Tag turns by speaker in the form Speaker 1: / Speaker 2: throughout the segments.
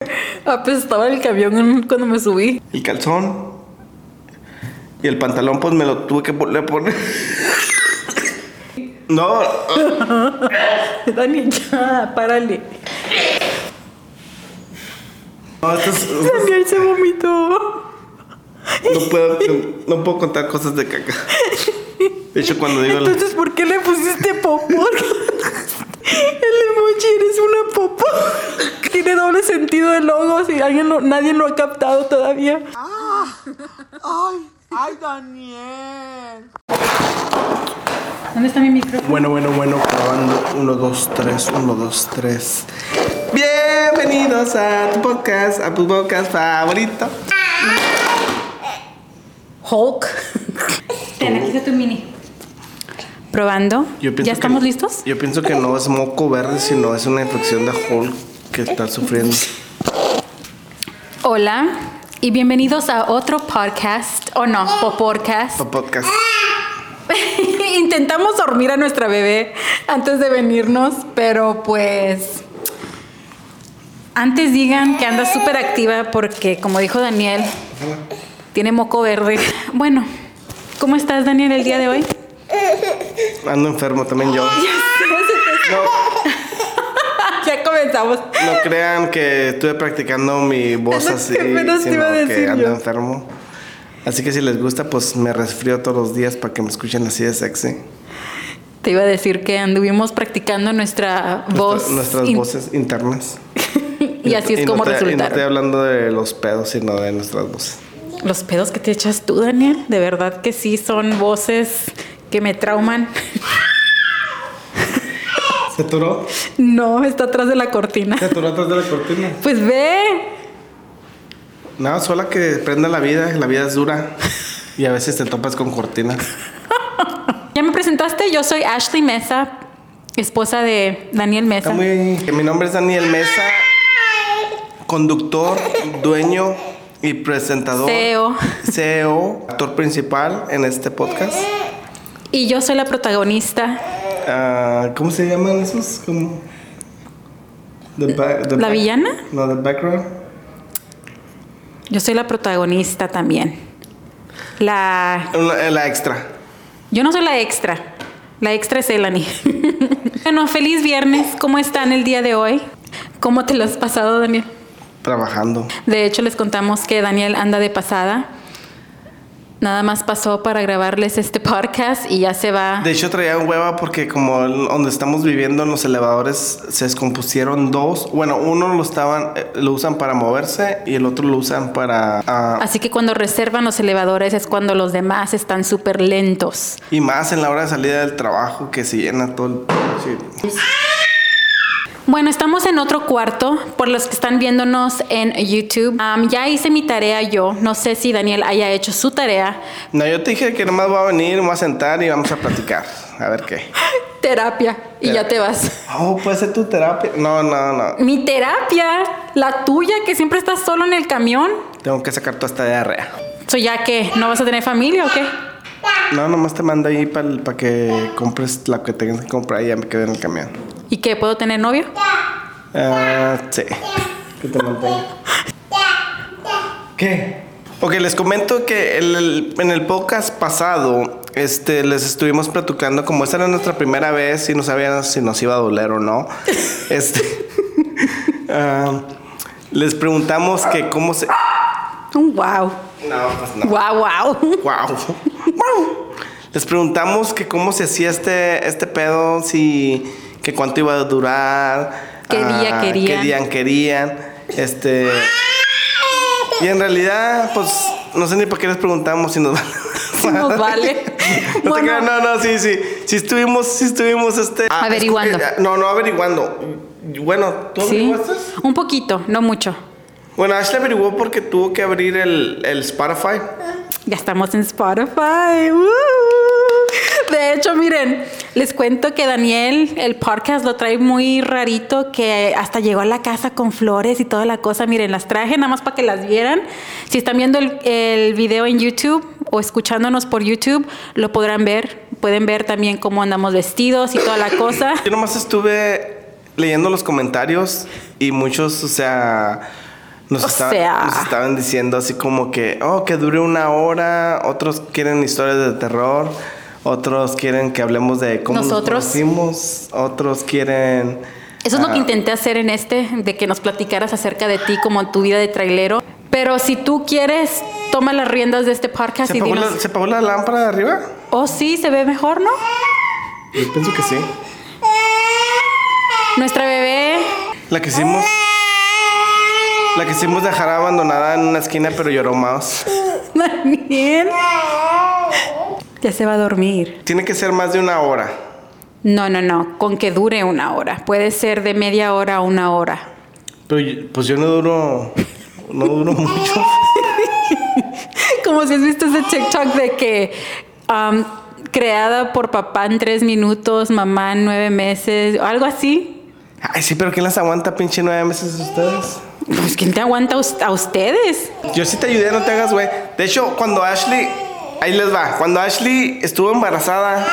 Speaker 1: Apestaba el camión cuando me subí.
Speaker 2: El calzón. Y el pantalón, pues me lo tuve que poner. poner. No,
Speaker 1: Dani, ya, párale.
Speaker 2: no, esto es-
Speaker 1: Daniel se vomitó.
Speaker 2: no, puedo, no puedo contar cosas de caca. De hecho, cuando digo. la-
Speaker 1: Entonces, ¿por qué le pusiste popó? El emoji eres una popó. Tiene doble sentido el logo. Si alguien lo- nadie lo ha captado todavía.
Speaker 3: Ah, ¡Ay, Daniel!
Speaker 1: ¿Dónde está mi micro?
Speaker 2: Bueno, bueno, bueno, probando. 1, 2, 3, 1, 2, 3. Bienvenidos a tu podcast, a tu podcast favorito.
Speaker 1: Hulk. Ten, aquí está tu mini. Probando.
Speaker 2: que-
Speaker 1: ¿Ya estamos listos?
Speaker 2: Yo pienso que no es moco verde, sino es una infección de Hulk que está sufriendo.
Speaker 1: Hola y bienvenidos a otro podcast. O no, o podcast.
Speaker 2: Tu podcast.
Speaker 1: Intentamos dormir a nuestra bebé antes de venirnos, pero pues. Antes digan que anda súper activa porque, como dijo Daniel, tiene moco verde. Bueno, ¿cómo estás, Daniel, el día de hoy?
Speaker 2: Ando enfermo también yo. No,
Speaker 1: ya comenzamos.
Speaker 2: no crean que estuve practicando mi voz
Speaker 1: Es lo
Speaker 2: así,
Speaker 1: que apenas te iba a
Speaker 2: sino que
Speaker 1: decir
Speaker 2: ando
Speaker 1: yo.
Speaker 2: enfermo. Así que si les gusta, pues me resfrío todos los días para que me escuchen así de sexy.
Speaker 1: Te iba a decir que anduvimos practicando nuestra
Speaker 2: Nuestra-
Speaker 1: voz.
Speaker 2: nuestras
Speaker 1: in-
Speaker 2: voces internas.
Speaker 1: Y así es
Speaker 2: no
Speaker 1: como
Speaker 2: te- Y no estoy
Speaker 1: resultaron.
Speaker 2: hablando de los pedos, sino de nuestras voces.
Speaker 1: Los pedos que te echas tú, Daniel, de verdad que sí son voces que me trauman.
Speaker 2: ¿Se aturó?
Speaker 1: No, está atrás de la cortina.
Speaker 2: ¿Se aturó atrás de la cortina?
Speaker 1: Pues ve.
Speaker 2: Nada, sola que prenda la vida. La vida es dura. Y a veces te topas con cortinas.
Speaker 1: Ya me presentaste, yo soy Ashley Mesa, esposa de Daniel Mesa.
Speaker 2: Está muy- que mi nombre es Daniel Mesa, conductor, dueño y presentador.
Speaker 1: CEO.
Speaker 2: CEO, actor principal en este podcast.
Speaker 1: Y yo soy la protagonista,
Speaker 2: Ah, ¿Cómo se llaman esos? Como the ba- the
Speaker 1: ¿La
Speaker 2: back-
Speaker 1: villana?
Speaker 2: No, The Background.
Speaker 1: yo soy la protagonista también. La...
Speaker 2: Una- eh, la extra.
Speaker 1: Yo no soy la extra, la extra es Elani. bueno, feliz viernes, ¿cómo están el día de hoy? ¿Cómo te lo has pasado, Daniel?
Speaker 2: Trabajando.
Speaker 1: De hecho, les contamos que Daniel anda de pasada. Nada más pasó para grabarles este podcast y ya se va.
Speaker 2: De hecho, traía hueva porque como el- donde estamos viviendo en los elevadores se descompusieron dos. Bueno, uno lo estaban, eh, lo usan para moverse y el otro lo usan para... ah,
Speaker 1: Así que cuando reservan los elevadores es cuando los demás están súper lentos.
Speaker 2: y más en la hora de salida del trabajo que se llena todo el... sí.
Speaker 1: Bueno, estamos en otro cuarto por los que están viéndonos en YouTube. Am, ya hice mi tarea yo. No sé si Daniel haya hecho su tarea.
Speaker 2: No, yo te dije que nomás voy a venir, me voy a sentar y vamos a platicar. A ver qué.
Speaker 1: Terapia. Y ya te vas.
Speaker 2: Oh, puede ser tu terapia. No, no, no.
Speaker 1: Mi terapia. La tuya que siempre estás solo en el camión.
Speaker 2: Tengo que sacar toda esta diarrea.
Speaker 1: So, ¿Ya que ¿No vas a tener familia o qué?
Speaker 2: No, nomás te mando ahí para que compres la que tengas que comprar y ya me quedé en el camión.
Speaker 1: ¿Y qué? ¿Puedo tener novio?
Speaker 2: Ah, sí. Que te mantenga. ¿Qué? Ok, les comento que el- el- en el podcast pasado este, les estuvimos platicando, como esta era nuestra primera vez y no sabían si nos iba a doler o no. Este, ah, les preguntamos que cómo se...
Speaker 1: Wow.
Speaker 2: No, pues no.
Speaker 1: Wow, wow.
Speaker 2: Wow. Les preguntamos que cómo se hacía este, este pedo, si que cuánto iba a durar, ah,
Speaker 1: ¿Qué día querían?
Speaker 2: qué día querían, este y en realidad pues no sé ni por qué les preguntamos si nos vale.
Speaker 1: Sí nos vale.
Speaker 2: No, te
Speaker 1: Bueno.
Speaker 2: creas, no, no, sí, sí, sí estuvimos, sí estuvimos este ah,
Speaker 1: Averiguando.
Speaker 2: escu- eh, no, no averiguando. Bueno, ¿tú
Speaker 1: Sí.
Speaker 2: averiguaste?
Speaker 1: Un poquito, no mucho.
Speaker 2: Bueno, Ashley averiguó porque tuvo que abrir el, el Spotify.
Speaker 1: Ya estamos en Spotify. ¡Woo! De hecho, miren, les cuento que Daniel, el podcast lo trae muy rarito, que hasta llegó a la casa con flores y toda la cosa. Miren, las traje nada más para que las vieran. Si están viendo el, el video en YouTube o escuchándonos por YouTube, lo podrán ver. Pueden ver también cómo andamos vestidos y toda la cosa.
Speaker 2: Yo nomás estuve leyendo los comentarios y muchos, o sea, Nos,
Speaker 1: O
Speaker 2: está-
Speaker 1: sea.
Speaker 2: nos estaban diciendo así como que, oh, que dure una hora, otros quieren historias de terror, otros quieren que hablemos de cómo
Speaker 1: Nosotros.
Speaker 2: nos conocimos, otros quieren...
Speaker 1: Eso es lo
Speaker 2: ah,
Speaker 1: que intenté hacer en este, de que nos platicaras acerca de ti como tu vida de trailero. Pero si tú quieres, toma las riendas de este podcast
Speaker 2: ¿Se
Speaker 1: y
Speaker 2: apagó, la,
Speaker 1: dinos.
Speaker 2: se apagó la lámpara de arriba?
Speaker 1: Oh, sí, se ve mejor, ¿no?
Speaker 2: Yo pienso que sí.
Speaker 1: Nuestra bebé.
Speaker 2: La que hicimos... La que hicimos dejar abandonada en una esquina, pero lloró más.
Speaker 1: Daniel. Ya se va a dormir.
Speaker 2: Tiene que ser más de una hora.
Speaker 1: No, no, no, con que dure una hora. Puede ser de media hora a una hora.
Speaker 2: Pero yo- pues yo no duro... No duro mucho.
Speaker 1: Como si has visto ese TikTok de que am, creada por papá en tres minutos, mamá en nueve meses, o algo así.
Speaker 2: Ay, sí, pero ¿quién las aguanta pinche nueve meses ustedes?
Speaker 1: Pues ¿quién te aguanta a us- a ustedes?
Speaker 2: Yo sí te ayudé, no te hagas, güey. De hecho, cuando Ashley. Ahí les va. Cuando Ashley estuvo embarazada.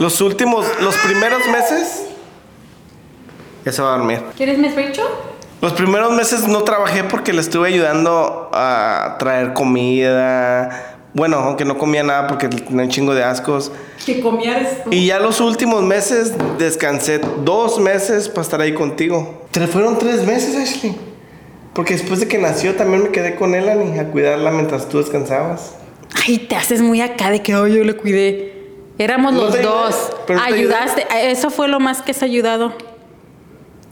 Speaker 2: Los últimos. Los primeros meses. Ya se va a dormir.
Speaker 1: ¿Quieres Miss Rachel?
Speaker 2: Los primeros meses no trabajé porque le estuve ayudando a traer comida. Bueno, aunque no comía nada porque tenía un chingo de ascos.
Speaker 1: Que comieras
Speaker 2: Y ya los últimos meses descansé dos meses para estar ahí contigo. Te fueron tres meses, Ashley. Porque después de que nació también me quedé con él, Ani, a cuidarla mientras tú descansabas.
Speaker 1: Ay, te haces muy acá de que hoy yo le cuidé. Éramos
Speaker 2: No
Speaker 1: los
Speaker 2: te ayudé,
Speaker 1: dos.
Speaker 2: pero no te
Speaker 1: Ayudaste. Eso fue lo más que has ayudado.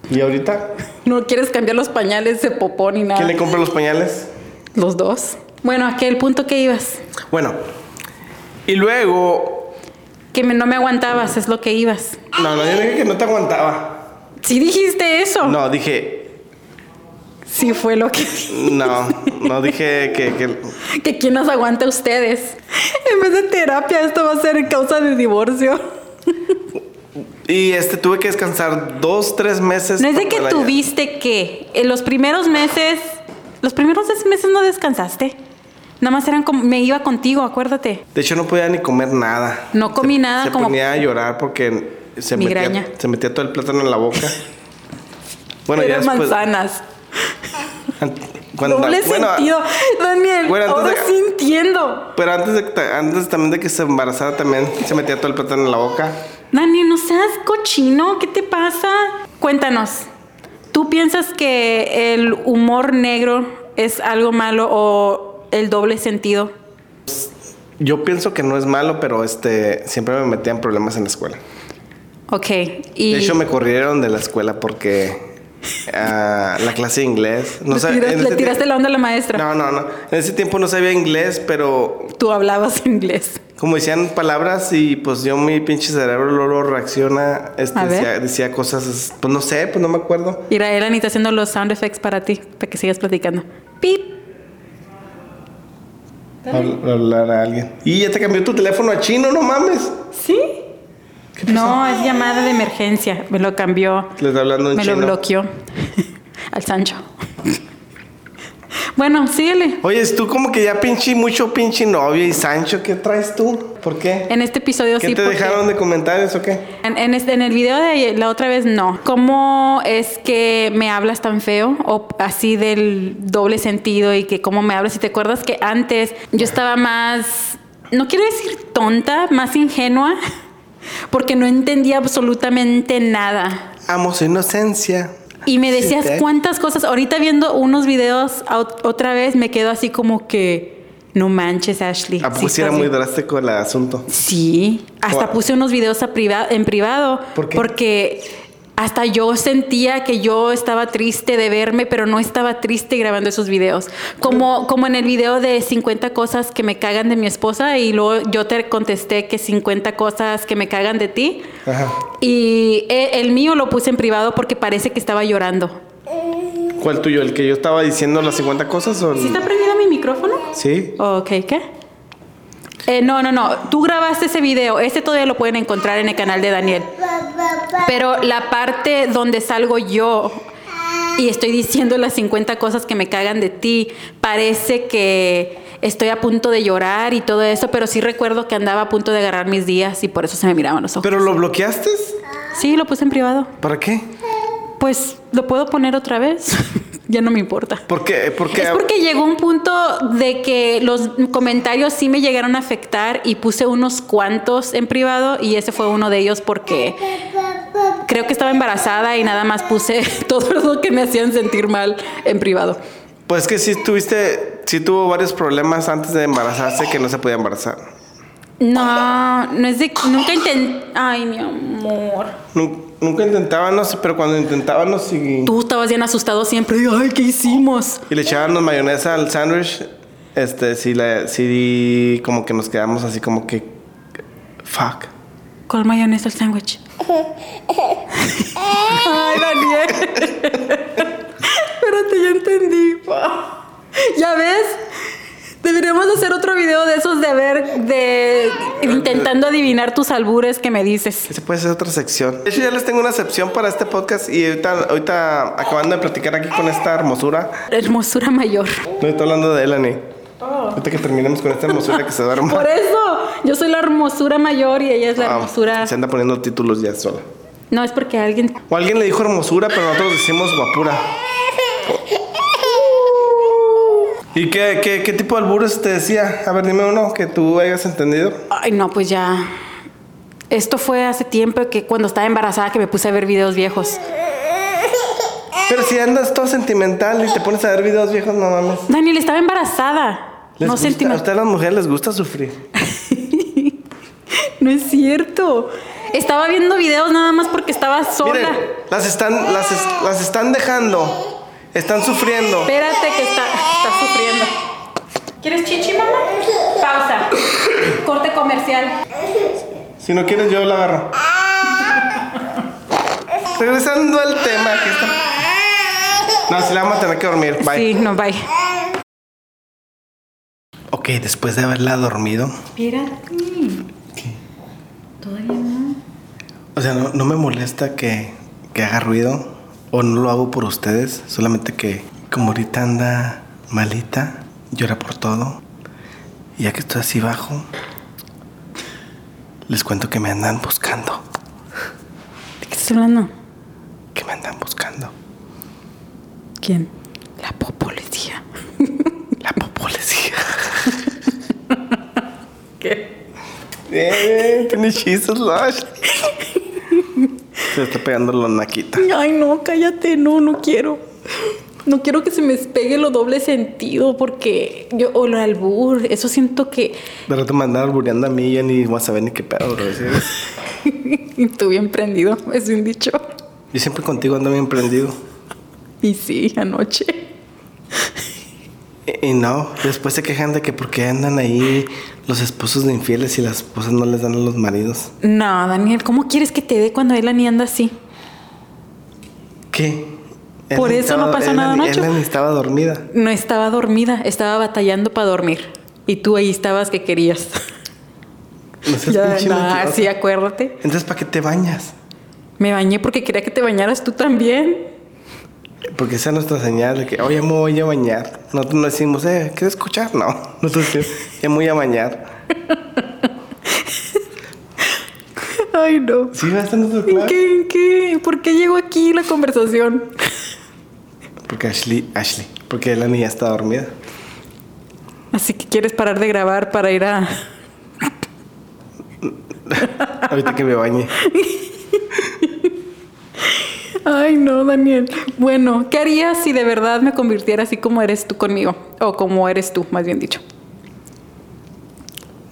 Speaker 2: ¿Y ahorita?
Speaker 1: No quieres cambiar los pañales de popó ni nada.
Speaker 2: ¿Quién le compra los pañales?
Speaker 1: Los dos. Bueno, ¿a qué el punto que ibas?
Speaker 2: Bueno. Y luego...
Speaker 1: Que me- no me aguantabas, es lo que ibas.
Speaker 2: No, no, yo dije que no te aguantaba.
Speaker 1: Sí dijiste eso.
Speaker 2: No, dije...
Speaker 1: Sí fue lo que...
Speaker 2: No, no dije que... que-
Speaker 1: Que quién nos aguanta a ustedes. En vez de terapia, esto va a ser causa de divorcio.
Speaker 2: Y este, tuve que descansar dos, tres meses.
Speaker 1: No es de
Speaker 2: para
Speaker 1: que
Speaker 2: poder ayudar.
Speaker 1: tuviste que... En los primeros meses... Los primeros seis meses no descansaste. Nada más eran como... Me iba contigo, acuérdate.
Speaker 2: De hecho, no podía ni comer nada.
Speaker 1: No comí nada
Speaker 2: se
Speaker 1: como-
Speaker 2: ponía a llorar porque se
Speaker 1: Migraña.
Speaker 2: metía, se metía todo el plátano en la boca. Bueno, ya
Speaker 1: Eran
Speaker 2: después.
Speaker 1: manzanas.
Speaker 2: an- cuando-
Speaker 1: Doble
Speaker 2: bueno,
Speaker 1: sentido. Daniel,
Speaker 2: bueno, antes
Speaker 1: ahora
Speaker 2: de-
Speaker 1: sí entiendo.
Speaker 2: Pero antes, de, ta- antes también de que se embarazara, también se metía todo el plátano en la boca.
Speaker 1: Dani, no seas cochino, ¿qué te pasa? Cuéntanos, ¿tú piensas que el humor negro es algo malo o el doble sentido?
Speaker 2: Yo pienso que no es malo, pero este siempre me metía en problemas en la escuela.
Speaker 1: Ok, y...
Speaker 2: De hecho, me corrieron de la escuela porque ah, la clase de inglés. No
Speaker 1: le,
Speaker 2: sab-
Speaker 1: tiras-
Speaker 2: en
Speaker 1: le
Speaker 2: ese
Speaker 1: tiraste
Speaker 2: tie-
Speaker 1: la onda a la maestra.
Speaker 2: No, no, no. En ese tiempo no sabía inglés, pero
Speaker 1: Tú hablabas inglés.
Speaker 2: Como decían palabras y pues yo mi pinche cerebro luego reacciona, este,
Speaker 1: A ver.
Speaker 2: decía, decía cosas, es- pues no sé, pues no me acuerdo.
Speaker 1: Mira, Elan está haciendo los sound effects para ti, para que sigas platicando. Pip.
Speaker 2: Habl- hablar a alguien. Y ya te cambió tu teléfono a chino, no mames.
Speaker 1: ¿Sí? No, es llamada de emergencia. Me lo cambió.
Speaker 2: Le está hablando en
Speaker 1: Me
Speaker 2: chino.
Speaker 1: lo bloqueó al Sancho. bueno, síguele.
Speaker 2: Oye, es tú como que ya pinche mucho pinche novio y Sancho, ¿qué traes tú? ¿Por qué?
Speaker 1: En este episodio
Speaker 2: ¿Qué
Speaker 1: sí.
Speaker 2: te
Speaker 1: porque-
Speaker 2: dejaron de comentarios o qué?
Speaker 1: En, en este- en el video de la otra vez no. ¿Cómo es que me hablas tan feo o así del doble sentido y que cómo me hablas? Si te acuerdas que antes yo estaba más, no quiero decir tonta, más ingenua, porque no entendía absolutamente nada.
Speaker 2: Amo su inocencia.
Speaker 1: Y me decías
Speaker 2: Sí, te-
Speaker 1: cuántas cosas. Ahorita viendo unos videos au- otra vez me quedo así como que no manches, Ashley.
Speaker 2: ¿A poco
Speaker 1: Eh, Sí
Speaker 2: Ah, pues sí era
Speaker 1: estás
Speaker 2: muy
Speaker 1: bien".
Speaker 2: drástico el asunto?
Speaker 1: Sí, hasta
Speaker 2: Ahora-
Speaker 1: puse unos videos a priva- en privado
Speaker 2: ¿Por qué?
Speaker 1: porque hasta yo sentía que yo estaba triste de verme, pero no estaba triste grabando esos videos. Como, como en el video de 50 cosas que me cagan de mi esposa y luego yo te contesté que 50 cosas que me cagan de ti.
Speaker 2: Ajá.
Speaker 1: Y e- el mío lo puse en privado porque parece que estaba llorando.
Speaker 2: ¿Cuál tuyo? ¿El que yo estaba diciendo las 50 cosas o el-
Speaker 1: ¿Sí está prendido mi micrófono?
Speaker 2: ¿Sí?
Speaker 1: Ok, ¿qué? Eh, no, no, no. Tú grabaste ese video. Este todavía lo pueden encontrar en el canal de Daniel. Pero la parte donde salgo yo y estoy diciendo las 50 cosas que me cagan de ti, parece que estoy a punto de llorar y todo eso, pero sí recuerdo que andaba a punto de agarrar mis días y por eso se me miraban los ojos.
Speaker 2: ¿Pero lo bloqueaste?
Speaker 1: Sí, lo puse en privado.
Speaker 2: ¿Para qué?
Speaker 1: Pues lo puedo poner otra vez. Ya no me importa.
Speaker 2: ¿Por qué? Porque,
Speaker 1: Es porque llegó un punto de que los comentarios sí me llegaron a afectar y puse unos cuantos en privado y ese fue uno de ellos porque creo que estaba embarazada y nada más puse todo lo que me hacían sentir mal en privado.
Speaker 2: Pues que sí tuviste, sí tuvo varios problemas antes de embarazarse que no se podía embarazar.
Speaker 1: No, no es de... Nunca intenté... Ay, mi amor.
Speaker 2: Nun- nunca intentábamos, pero cuando intentábamos y,
Speaker 1: Tú estabas bien asustado siempre. de, Ay, ¿qué hicimos?
Speaker 2: y le echábamos mayonesa al sándwich, este, sí, la, sí, como que nos quedamos así como que, fuck.
Speaker 1: ¿Cuál mayonesa el sándwich? Ay, Daniel. Espérate, ya entendí. ¿Ya ves? Deberíamos hacer otro video de esos de ver, de intentando adivinar tus albures que me dices.
Speaker 2: Esa puede ser otra sección. De hecho, ya les tengo una sección para este podcast y ahorita, ahorita acabando de platicar aquí con esta hermosura.
Speaker 1: Hermosura mayor.
Speaker 2: No estoy hablando de Elani. Ahorita que terminemos con esta hermosura que se duerma.
Speaker 1: Oh. Por eso, yo soy la hermosura mayor y ella es la
Speaker 2: Ah,
Speaker 1: hermosura.
Speaker 2: Se anda poniendo títulos ya sola.
Speaker 1: No, es porque alguien.
Speaker 2: O alguien le dijo hermosura, pero nosotros decimos guapura. ¿Y qué, qué, qué tipo de albures te decía? A ver, dime uno que tú hayas entendido.
Speaker 1: Ay, no, pues ya. Esto fue hace tiempo que cuando estaba embarazada que me puse a ver videos viejos.
Speaker 2: Pero si andas todo sentimental y te pones a ver videos viejos, no mames.
Speaker 1: Daniel, estaba embarazada.
Speaker 2: Les
Speaker 1: No
Speaker 2: gusta- A
Speaker 1: sentimental.
Speaker 2: ustedes las mujeres les gusta sufrir.
Speaker 1: No es cierto. Estaba viendo videos nada más porque estaba sola.
Speaker 2: Miren, las están, las, es- las están dejando. Están sufriendo.
Speaker 1: Espérate que está, está sufriendo. ¿Quieres chichi, mamá? Pausa. Corte comercial.
Speaker 2: Si no quieres, yo la agarro. Regresando al tema que está. No, si la vamos a tener que dormir. Bye.
Speaker 1: Sí, no, bye.
Speaker 2: Ok, después de haberla dormido.
Speaker 1: Espérate. Todavía no.
Speaker 2: O sea, no, no me molesta que, que haga ruido o no lo hago por ustedes, solamente que como ahorita anda malita, llora por todo, y ya que estoy así bajo, les cuento que me andan buscando,
Speaker 1: ¿De qué estás hablando?
Speaker 2: que me andan buscando.
Speaker 1: ¿Quién? La policía.
Speaker 2: La policía.
Speaker 1: ¿Qué?
Speaker 2: Eh, tiene chistes, Lash. Se está pegando la naquita.
Speaker 1: Ay, no, cállate, no, no quiero. No quiero que se me despegue lo doble sentido porque yo, o lo albur, eso siento que
Speaker 2: De rato me andan albureando a mí, ya ni voy a saber ni qué pedo, bro. ¿sí?
Speaker 1: Y tú bien prendido, es un dicho.
Speaker 2: Yo siempre contigo ando bien prendido.
Speaker 1: Y sí, anoche.
Speaker 2: Y y Eh, no, después se quejan de que porque andan ahí los esposos de infieles y las esposas no les dan a los maridos.
Speaker 1: No, Daniel, ¿cómo quieres que te dé cuando él ni anda así?
Speaker 2: ¿Qué?
Speaker 1: Por
Speaker 2: Ellen
Speaker 1: eso no pasó
Speaker 2: Ellen-
Speaker 1: nada, Nacho.
Speaker 2: Ellen estaba dormida.
Speaker 1: No estaba dormida, estaba batallando para dormir. Y tú ahí estabas que querías.
Speaker 2: No seas
Speaker 1: Ya,
Speaker 2: pinche
Speaker 1: nah,
Speaker 2: mentirosa.
Speaker 1: sí, acuérdate.
Speaker 2: Entonces, ¿para qué te bañas?
Speaker 1: Me bañé porque quería que te bañaras tú también.
Speaker 2: Porque esa es nuestra señal de que, oye, me voy a bañar. Nosotros no decimos, eh, ¿quieres escuchar? No. Nosotros decimos, ya me voy a bañar.
Speaker 1: Ay, no.
Speaker 2: Sí, va a estar nuestro
Speaker 1: ¿En
Speaker 2: claro.
Speaker 1: qué, en qué? ¿Por qué llegó aquí la conversación?
Speaker 2: Porque Ashley, Ashley, porque la niña está dormida.
Speaker 1: Así que quieres parar de grabar para ir a...
Speaker 2: Ahorita que me bañe.
Speaker 1: Ay, no, Daniel. Bueno, ¿qué harías si de verdad me convirtiera así como eres tú conmigo? O como eres tú, más bien dicho.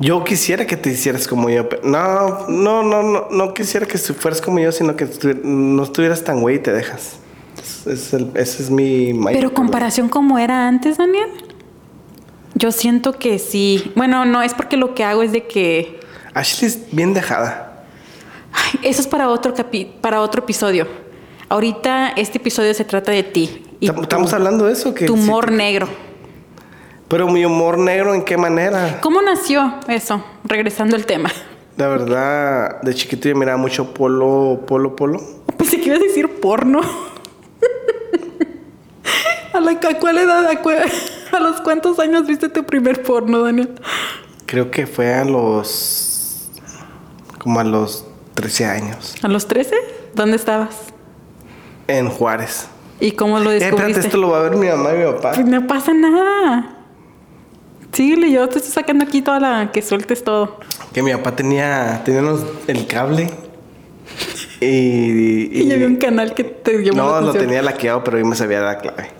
Speaker 2: Yo quisiera que te hicieras como yo, pero no, no, no, no, no quisiera que tú fueras como yo, sino que estu- no estuvieras tan güey y te dejas. Es- es el- ese es mi mayor
Speaker 1: Pero
Speaker 2: problema.
Speaker 1: comparación como era antes, Daniel. Yo siento que sí. Bueno, no, es porque lo que hago es de que...
Speaker 2: Ashley es bien dejada.
Speaker 1: Ay, eso es para otro, capi- para otro episodio. Ahorita este episodio se trata de ti. y
Speaker 2: Tam-
Speaker 1: tu-
Speaker 2: Estamos hablando de eso, que
Speaker 1: Tu
Speaker 2: sí,
Speaker 1: humor negro.
Speaker 2: pero mi humor negro, ¿en qué manera?
Speaker 1: ¿Cómo nació eso? Regresando al tema.
Speaker 2: La verdad, de chiquito yo miraba mucho polo, polo, polo.
Speaker 1: Pensé que ibas a decir porno. ¿A, la, cu- a cuál edad, a, cu- a los cuántos años viste tu primer porno, Daniel?
Speaker 2: Creo que fue a los, como a los 13 años,
Speaker 1: ¿A los 13? ¿Dónde estabas?
Speaker 2: en Juárez.
Speaker 1: ¿Y cómo lo
Speaker 2: Eh, espérate,
Speaker 1: descubriste?
Speaker 2: esto lo va a ver mi mamá y mi papá.
Speaker 1: Pues no pasa nada. Síguele, yo te estoy sacando aquí toda la que sueltes todo.
Speaker 2: Que mi papá tenía, tenía los- el cable. Y. y-
Speaker 1: Y yo vi un canal que te llamó la
Speaker 2: no, lo
Speaker 1: atención.
Speaker 2: tenía laqueado, pero yo me sabía la clave.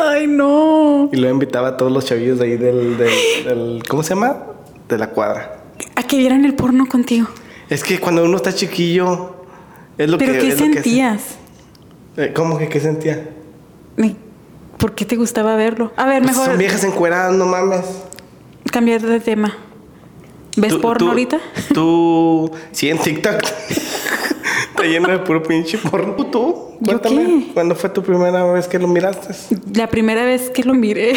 Speaker 1: Ay, no.
Speaker 2: Y lo invitaba a todos los chavillos de ahí del, del- del- ¿Cómo se llama? De la cuadra.
Speaker 1: A que vieran el porno contigo.
Speaker 2: Es que cuando uno está chiquillo. Es lo
Speaker 1: ¿Pero
Speaker 2: que.
Speaker 1: qué
Speaker 2: es lo que hace.
Speaker 1: sentías?
Speaker 2: Eh, ¿Cómo que qué sentía?
Speaker 1: Ni- ¿Por qué te gustaba verlo? A ver,
Speaker 2: Pues
Speaker 1: mejor
Speaker 2: son viejas encueradas, no mames.
Speaker 1: cambiar de tema. ¿Ves
Speaker 2: Tú-
Speaker 1: porno
Speaker 2: tú-
Speaker 1: ahorita?
Speaker 2: Tú. Sí, en TikTok. Está lleno de puro pinche porno. Tú.
Speaker 1: ¿Yo
Speaker 2: Cuéntame.
Speaker 1: qué?
Speaker 2: ¿Cuándo fue tu primera vez que lo miraste?
Speaker 1: La primera vez que lo miré.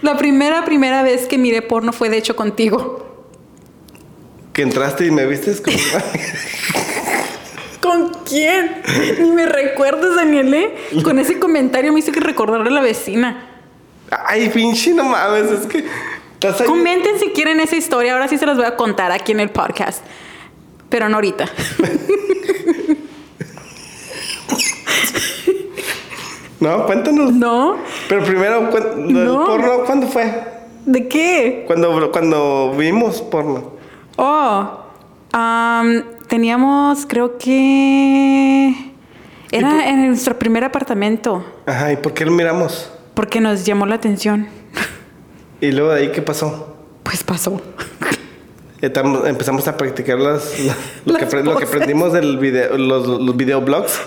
Speaker 1: La primera, primera vez que miré porno fue de hecho contigo.
Speaker 2: Que entraste y me viste como...
Speaker 1: ¿Con quién? Ni me recuerdas, Daniel, ¿eh? Con ese comentario me hizo que recordarle a la vecina.
Speaker 2: Ay, pinche, no mames, es que... estás ahí-
Speaker 1: Comenten si quieren esa historia. Ahora sí se las voy a contar aquí en el podcast. Pero no ahorita.
Speaker 2: No, cuéntanos.
Speaker 1: ¿No?
Speaker 2: Pero primero, cuen- lo del
Speaker 1: No.
Speaker 2: porno, ¿cuándo fue?
Speaker 1: ¿De qué?
Speaker 2: Cuando, cuando vimos porno.
Speaker 1: Oh, am, teníamos, creo que. Era en nuestro primer apartamento,
Speaker 2: Ajá, ¿y por qué lo miramos?
Speaker 1: porque nos llamó la atención.
Speaker 2: Y luego de ahí, ¿qué pasó?
Speaker 1: Pues pasó.
Speaker 2: Etam- empezamos a practicar las, la- lo,
Speaker 1: Las
Speaker 2: que, apre- lo que
Speaker 1: poses.
Speaker 2: aprendimos del video, los, los videoblogs.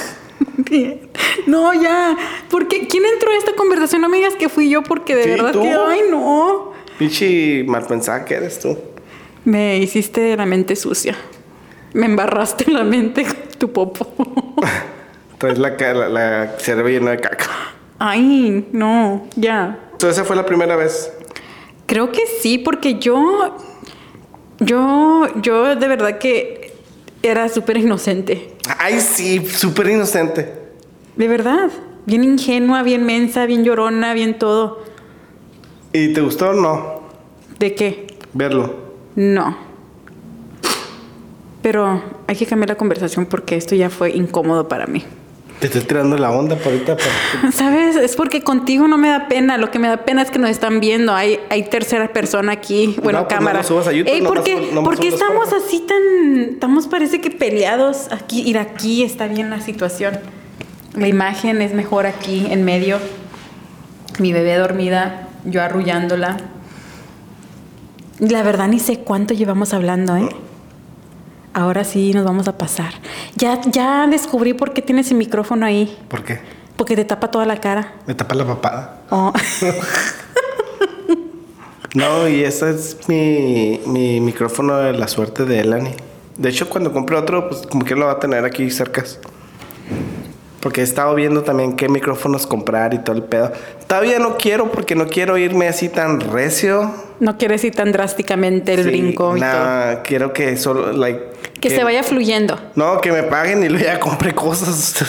Speaker 1: Bien. No, ya. Porque ¿quién entró a esta conversación? No me digas que fui yo, porque de
Speaker 2: Sí,
Speaker 1: verdad
Speaker 2: tú.
Speaker 1: que. Ay, no.
Speaker 2: Pinche mal pensada que eres tú.
Speaker 1: Me hiciste la mente sucia. Me embarraste la mente con tu popo.
Speaker 2: Traes la, ca- la, la cerebro lleno de caca.
Speaker 1: Ay, no, ya.
Speaker 2: Entonces, esa fue la primera vez.
Speaker 1: Creo que sí, porque yo, yo, yo de verdad que era súper inocente.
Speaker 2: Ay, sí, súper inocente.
Speaker 1: De verdad. Bien ingenua, bien mensa, bien llorona, bien todo.
Speaker 2: ¿Y te gustó o no
Speaker 1: ¿De qué?
Speaker 2: verlo?
Speaker 1: No. Pero hay que cambiar la conversación porque esto ya fue incómodo para mí.
Speaker 2: Te estoy tirando la onda por ahorita. pero-
Speaker 1: ¿Sabes? Es porque contigo no me da pena. Lo que me da pena es que nos están viendo. Hay, hay tercera persona aquí. Bueno,
Speaker 2: No, pues no
Speaker 1: cámara.
Speaker 2: lo subas a YouTube,
Speaker 1: Ey, ¿por
Speaker 2: nomás
Speaker 1: qué,
Speaker 2: sub- nomás
Speaker 1: por qué
Speaker 2: sube los
Speaker 1: estamos
Speaker 2: cuerpos.
Speaker 1: así tan... Estamos parece que peleados aquí. Ir aquí está bien la situación. La imagen es mejor aquí, en medio. Mi bebé dormida, yo arrullándola. La verdad ni sé cuánto llevamos hablando, ¿eh? Ahora sí nos vamos a pasar. Ya, ya descubrí por qué tienes el micrófono ahí.
Speaker 2: ¿Por qué?
Speaker 1: Porque te tapa toda la cara.
Speaker 2: Me tapa la papada.
Speaker 1: Oh.
Speaker 2: No, y ese es mi, mi micrófono de la suerte de Elani. De hecho, cuando compre otro, pues como que lo va a tener aquí cerca. Porque he estado viendo también qué micrófonos comprar y todo el pedo. Todavía no quiero porque no quiero irme así tan recio.
Speaker 1: No quieres ir tan drásticamente el
Speaker 2: Sí,
Speaker 1: brinco y todo.
Speaker 2: nah, quiero que solo, like...
Speaker 1: Que se vaya fluyendo.
Speaker 2: No, que me paguen y luego ya compre cosas.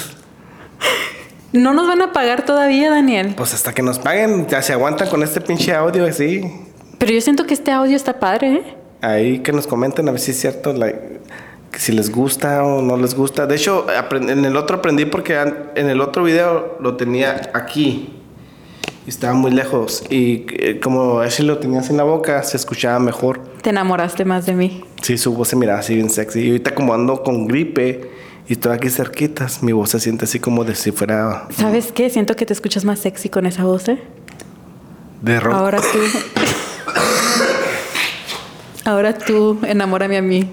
Speaker 1: No nos van a pagar todavía, Daniel.
Speaker 2: Pues hasta que nos paguen, ya se aguantan con este pinche audio así.
Speaker 1: Pero yo siento que este audio está padre, ¿eh?
Speaker 2: Ahí que nos comenten a ver si es cierto, la- que si les gusta o no les gusta. De hecho, aprend- en el otro aprendí porque an- en el otro video lo tenía aquí. Y estaba muy lejos. Y eh, como Ashley lo tenías en la boca, se escuchaba mejor.
Speaker 1: Te enamoraste más de mí.
Speaker 2: Sí, su voz se miraba así bien sexy. Y ahorita como ando con gripe y estoy aquí cerquitas, mi voz se siente así como de si fuera
Speaker 1: ¿Sabes qué? Siento que te escuchas más sexy con esa voz, ¿eh?
Speaker 2: de rock.
Speaker 1: Ahora tú. Ahora tú, enamórame a mí.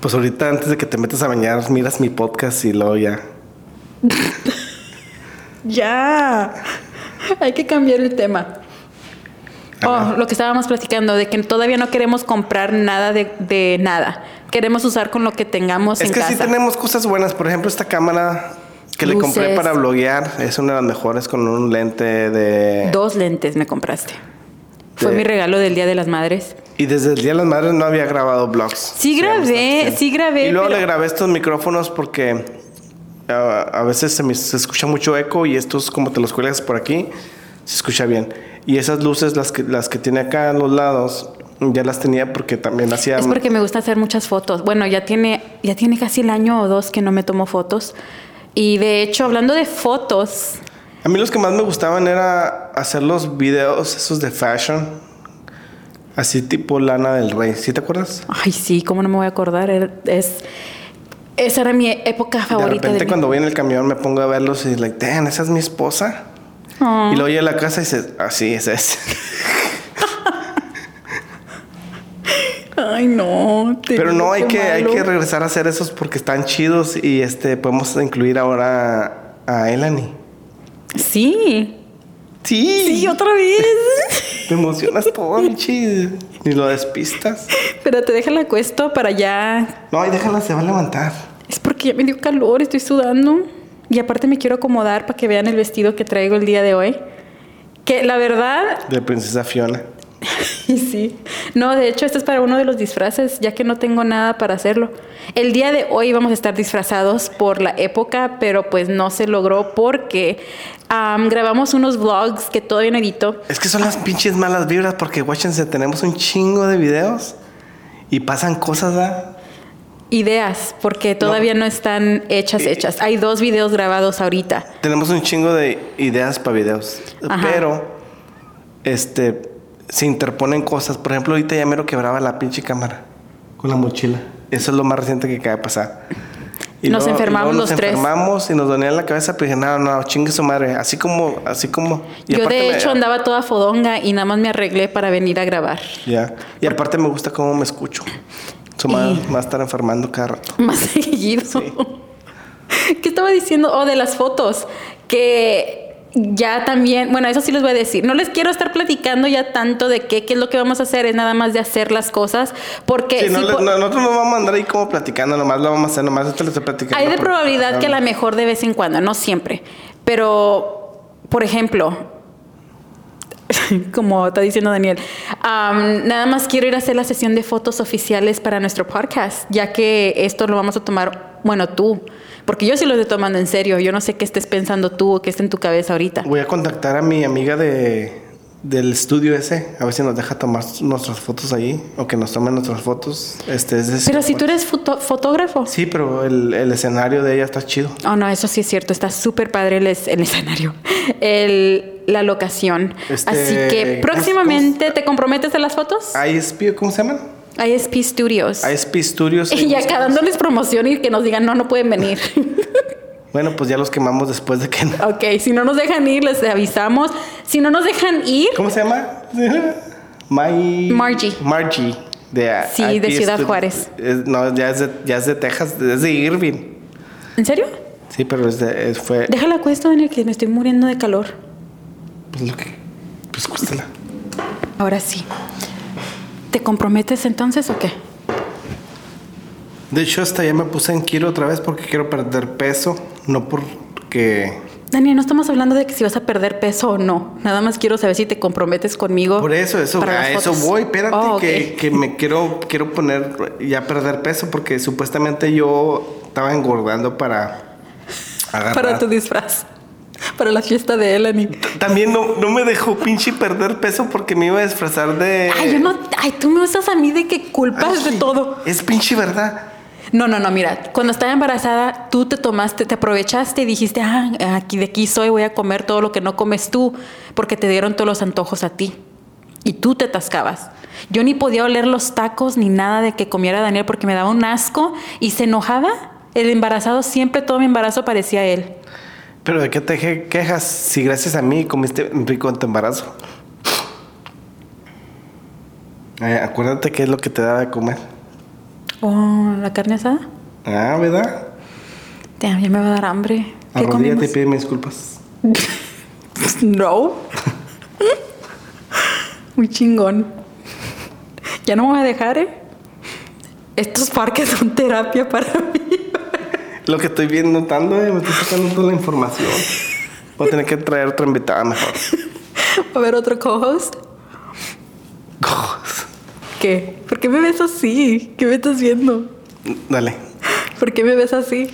Speaker 2: Pues ahorita antes de que te metas a bañar, miras mi podcast y luego ya.
Speaker 1: Ya. Hay que cambiar el tema. Oh, lo que estábamos platicando, de que todavía no queremos comprar nada de, de nada. Queremos usar con lo que tengamos
Speaker 2: Es
Speaker 1: en
Speaker 2: que
Speaker 1: casa.
Speaker 2: sí tenemos cosas buenas. Por ejemplo, esta cámara que le compré
Speaker 1: Luces.
Speaker 2: para bloguear es una de las mejores con un lente de...
Speaker 1: Dos lentes me compraste. Fue
Speaker 2: Sí.
Speaker 1: mi regalo del Día de las Madres.
Speaker 2: Y desde el Día de las Madres no había grabado vlogs. Sí,
Speaker 1: grabé, sí grabé,
Speaker 2: Y luego
Speaker 1: pero-
Speaker 2: le grabé estos micrófonos porque ah, a veces se, me, se escucha mucho eco y estos como te los cuelgas por aquí, se escucha bien. Y esas luces, las que, las que tiene acá a los lados, Ya las tenía porque también hacía.
Speaker 1: Es porque me gusta hacer muchas fotos. Bueno, ya tiene, ya tiene casi el año o dos que no me tomo fotos. Y de hecho, hablando de fotos,
Speaker 2: A mí los que más me gustaban era hacer los videos esos de fashion. Así tipo Lana del Rey. ¿Sí te acuerdas?
Speaker 1: ay sí, cómo no me voy a acordar, Era- es esa era mi época
Speaker 2: de
Speaker 1: favorita.
Speaker 2: repente
Speaker 1: de mi-
Speaker 2: cuando voy en el camión me pongo a verlos y like, damn, esa es mi esposa.
Speaker 1: Oh.
Speaker 2: Y luego llego a la casa y dices, así esa es.
Speaker 1: Ay no. te
Speaker 2: Pero
Speaker 1: digo,
Speaker 2: no, hay
Speaker 1: qué
Speaker 2: que, hay
Speaker 1: malo.
Speaker 2: que regresar a hacer esos porque están chidos y este podemos incluir ahora a Elani.
Speaker 1: Sí.
Speaker 2: Sí.
Speaker 1: Sí, otra vez.
Speaker 2: Te emocionas todo, chido. Ni lo despistas.
Speaker 1: Pero te deja la cuesta para allá.
Speaker 2: No, y déjala, se va a levantar.
Speaker 1: Es porque ya me dio calor, estoy sudando. Y aparte me quiero acomodar para que vean el vestido que traigo el día de hoy. Que la verdad,
Speaker 2: De princesa Fiona.
Speaker 1: Y sí. No, de hecho, este es para uno de los disfraces, ya que no tengo nada para hacerlo. El día de hoy vamos a estar disfrazados por la época, pero pues no se logró porque am, grabamos unos vlogs que todavía no edito.
Speaker 2: Es que son las pinches malas vibras porque, guáchense, tenemos un chingo de videos y pasan cosas, ¿verdad?
Speaker 1: Ideas, porque todavía no están hechas, hechas. Hay dos videos grabados ahorita.
Speaker 2: Tenemos un chingo de ideas para videos.
Speaker 1: Ajá.
Speaker 2: Pero, este, se interponen cosas. Por ejemplo, ahorita ya mero quebraba la pinche cámara con la mochila. Eso es lo más reciente que acaba de pasar.
Speaker 1: Nos
Speaker 2: luego-
Speaker 1: enfermamos
Speaker 2: luego
Speaker 1: los tres.
Speaker 2: Nos enfermamos y nos dolía la cabeza, pero dije, no, no, chingue su madre. Así como, así como. Y
Speaker 1: Yo,
Speaker 2: aparte
Speaker 1: de
Speaker 2: me-
Speaker 1: hecho, andaba toda fodonga y nada más me arreglé para venir a grabar.
Speaker 2: Ya. Y aparte me gusta cómo me escucho. Su madre
Speaker 1: Y-
Speaker 2: me va a estar enfermando cada rato.
Speaker 1: más seguido. ¿Qué estaba diciendo? Oh, de las fotos. Que ya también, bueno, eso sí les voy a decir. No les quiero estar platicando ya tanto de qué, qué es lo que vamos a hacer, es nada más de hacer las cosas, porque
Speaker 2: Sí, no
Speaker 1: Eh, sí
Speaker 2: le-
Speaker 1: po-
Speaker 2: no, nosotros no vamos a andar ahí como platicando, nomás lo vamos a hacer, nomás te lo estoy platicando.
Speaker 1: hay de
Speaker 2: porque-
Speaker 1: probabilidad que a la mejor de vez en cuando, no siempre. Pero, por ejemplo, como está diciendo Daniel, am, nada más quiero ir a hacer la sesión de fotos oficiales para nuestro podcast, ya que esto lo vamos a tomar, bueno, tú, porque yo sí lo estoy tomando en serio, yo no sé qué estés pensando tú o qué está en tu cabeza ahorita.
Speaker 2: Voy a contactar a mi amiga de, del estudio ese, a ver si nos deja tomar nuestras fotos ahí, o que nos tomen nuestras fotos. Este, es decir,
Speaker 1: Pero si tú eres foto- fotógrafo.
Speaker 2: Sí, pero el, el escenario de ella está chido.
Speaker 1: Oh, no, eso sí es cierto, está súper padre el, es- el escenario, el- la locación.
Speaker 2: Este,
Speaker 1: Así
Speaker 2: ¿cómo
Speaker 1: que
Speaker 2: se-
Speaker 1: próximamente, ¿te comprometes a las fotos?
Speaker 2: ISP, ¿cómo se llaman?
Speaker 1: ISP Studios.
Speaker 2: ISP Studios.
Speaker 1: Y acá dándoles promoción y que nos digan, no, no pueden venir.
Speaker 2: Bueno, pues ya los quemamos después de que...
Speaker 1: ok, si no nos dejan ir, les avisamos. Si no nos dejan ir,
Speaker 2: ¿Cómo se llama? My...
Speaker 1: Margie.
Speaker 2: Margie. De, a-
Speaker 1: Sí, de
Speaker 2: IP
Speaker 1: Ciudad
Speaker 2: Studios.
Speaker 1: Juárez.
Speaker 2: Es- no, ya es, de, ya es de Texas, es de Irving.
Speaker 1: ¿en serio?
Speaker 2: Sí, pero es de- es- fue...
Speaker 1: Déjala cuesta, Daniel, que me estoy muriendo de calor.
Speaker 2: Pues lo que... Pues cuéstala.
Speaker 1: Ahora sí. ¿Te comprometes entonces o qué?
Speaker 2: De hecho, hasta ya me puse en kilo otra vez porque quiero perder peso, no porque...
Speaker 1: Daniel, no estamos hablando de que si vas a perder peso o no. Nada más quiero saber si te comprometes conmigo.
Speaker 2: Por eso, eso,
Speaker 1: Oh, para
Speaker 2: a
Speaker 1: las
Speaker 2: eso
Speaker 1: fotos.
Speaker 2: voy, espérate,
Speaker 1: Oh, ok.
Speaker 2: que, que me quiero, quiero poner, ya perder peso porque supuestamente yo estaba engordando para agarrar.
Speaker 1: Para tu disfraz. Para la fiesta de Eleni.
Speaker 2: También no, no me dejó pinche perder peso porque me iba a disfrazar de...
Speaker 1: Ay, yo no. Ay, tú me usas a mí de que culpas
Speaker 2: Ay,
Speaker 1: de todo.
Speaker 2: Es pinche verdad.
Speaker 1: No, no, no, mira, cuando estaba embarazada, tú te tomaste, te aprovechaste y dijiste, ah, aquí de aquí soy, voy a comer todo lo que no comes tú, porque te dieron todos los antojos a ti. Y tú te atascabas. Yo ni podía oler los tacos ni nada de que comiera Daniel porque me daba un asco y se enojaba. El embarazado siempre, todo mi embarazo parecía a él.
Speaker 2: Pero ¿de qué te que- quejas si gracias a mí comiste rico en tu embarazo? Eh, acuérdate qué es lo que te da de comer.
Speaker 1: Oh, la carne asada.
Speaker 2: Ah, ¿verdad?
Speaker 1: Damn, ya me va a dar hambre. ¿Qué
Speaker 2: Arrodíllate y
Speaker 1: comimos?
Speaker 2: pide mis disculpas.
Speaker 1: No. Muy chingón. Ya no me voy a dejar, ¿eh? Estos parques son terapia para mí.
Speaker 2: Lo que estoy bien notando, eh, me estoy sacando toda la información. Voy a tener que traer otra invitada mejor.
Speaker 1: A ver, otro co-host. ¿Qué? ¿Por qué me ves así? ¿Qué me estás viendo?
Speaker 2: Dale.
Speaker 1: ¿Por qué me ves así?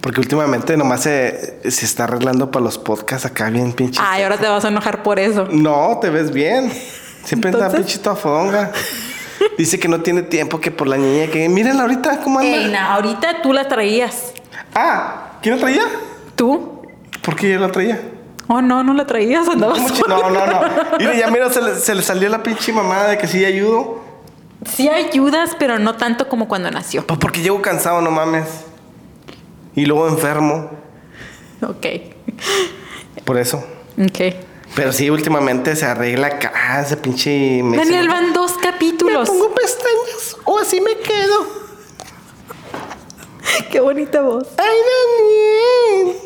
Speaker 2: Porque últimamente nomás se, se está arreglando para los podcasts acá bien pinche.
Speaker 1: Ay, ahora te vas a enojar por eso.
Speaker 2: No, te ves bien. Siempre está
Speaker 1: Entonces-
Speaker 2: pinche toda fodonga. Dice que no tiene tiempo, que por la niña que. Mírenla ahorita, ¿cómo anda?
Speaker 1: Ey, na, ahorita tú la traías.
Speaker 2: Ah, ¿quién la traía?
Speaker 1: ¿Tú?
Speaker 2: ¿Por qué yo la traía?
Speaker 1: Oh, no, no la traías. Andabas
Speaker 2: ¿Cómo chi-
Speaker 1: sola.
Speaker 2: No, no, no. Mira, ya mira, se le, se le salió la pinche mamada de que sí ayudo.
Speaker 1: Sí ayudas, pero no tanto como cuando nació.
Speaker 2: Pues porque llego cansado, no mames. Y luego enfermo.
Speaker 1: Ok.
Speaker 2: Por eso.
Speaker 1: Ok.
Speaker 2: Pero sí, últimamente se arregla acá, ese pinche. me dice,
Speaker 1: Daniel, van dos
Speaker 2: "Me
Speaker 1: capítulos.
Speaker 2: pongo pestañas o así me quedo.
Speaker 1: Qué bonita voz.
Speaker 2: ¡Ay, Daniel!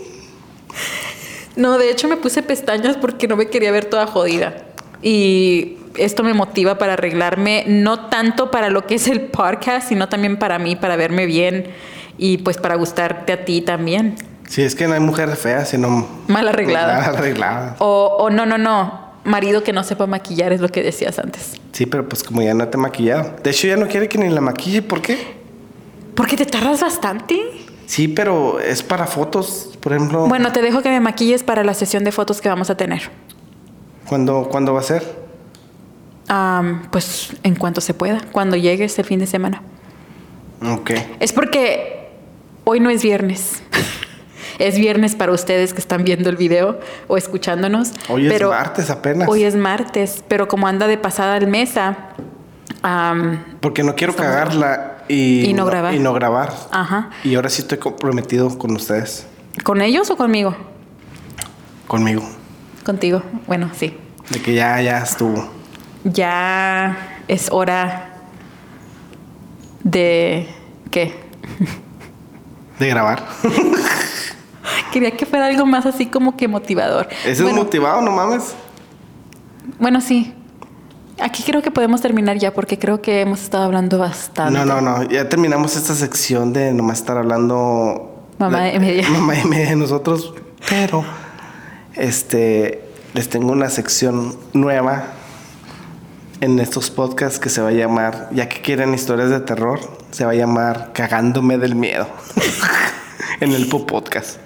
Speaker 1: No, de hecho me puse pestañas porque no me quería ver toda jodida. Y esto me motiva para arreglarme, no tanto para lo que es el podcast, sino también para mí, para verme bien y pues para gustarte a ti también.
Speaker 2: Sí, es que no hay mujer fea, sino.
Speaker 1: Mal arreglada.
Speaker 2: Mal arreglada.
Speaker 1: O, o no, no, no. Marido que no sepa maquillar es lo que decías antes.
Speaker 2: Sí, pero pues como ya no te he maquillado. De hecho, ya no quiere que ni la maquille. ¿Por qué?
Speaker 1: Porque te tardas bastante.
Speaker 2: Sí, pero es para fotos, por ejemplo.
Speaker 1: Bueno, te dejo que me maquilles para la sesión de fotos que vamos a tener.
Speaker 2: ¿Cuándo, ¿Cuándo va a ser?
Speaker 1: Am, pues en cuanto se pueda, cuando llegues el fin de semana.
Speaker 2: Ok.
Speaker 1: Es porque hoy no es viernes. es viernes para ustedes que están viendo el video o escuchándonos.
Speaker 2: Hoy
Speaker 1: pero
Speaker 2: es martes apenas.
Speaker 1: Hoy es martes, pero como anda de pasada el mesa, am,
Speaker 2: Porque no quiero cagarla y,
Speaker 1: Y no grabar.
Speaker 2: Y no grabar.
Speaker 1: ajá.
Speaker 2: Y ahora sí estoy comprometido con ustedes.
Speaker 1: ¿Con ellos o conmigo?
Speaker 2: Conmigo.
Speaker 1: Contigo. Bueno, sí.
Speaker 2: De que ya, ya estuvo.
Speaker 1: Ya es hora de qué.
Speaker 2: De grabar.
Speaker 1: Quería que fuera algo más así como que motivador.
Speaker 2: Ese
Speaker 1: bueno,
Speaker 2: es motivado, no mames.
Speaker 1: bueno, sí. Aquí creo que podemos terminar ya porque creo que hemos estado hablando bastante.
Speaker 2: No, no, no. Ya terminamos esta sección de nomás estar hablando.
Speaker 1: Mamá
Speaker 2: la-
Speaker 1: de media.
Speaker 2: Mamá de media de nosotros. Pero, este, les tengo una sección nueva en estos podcasts que se va a llamar, ya que quieren historias de terror, se va a llamar Cagándome del Miedo. en el Po Podcast.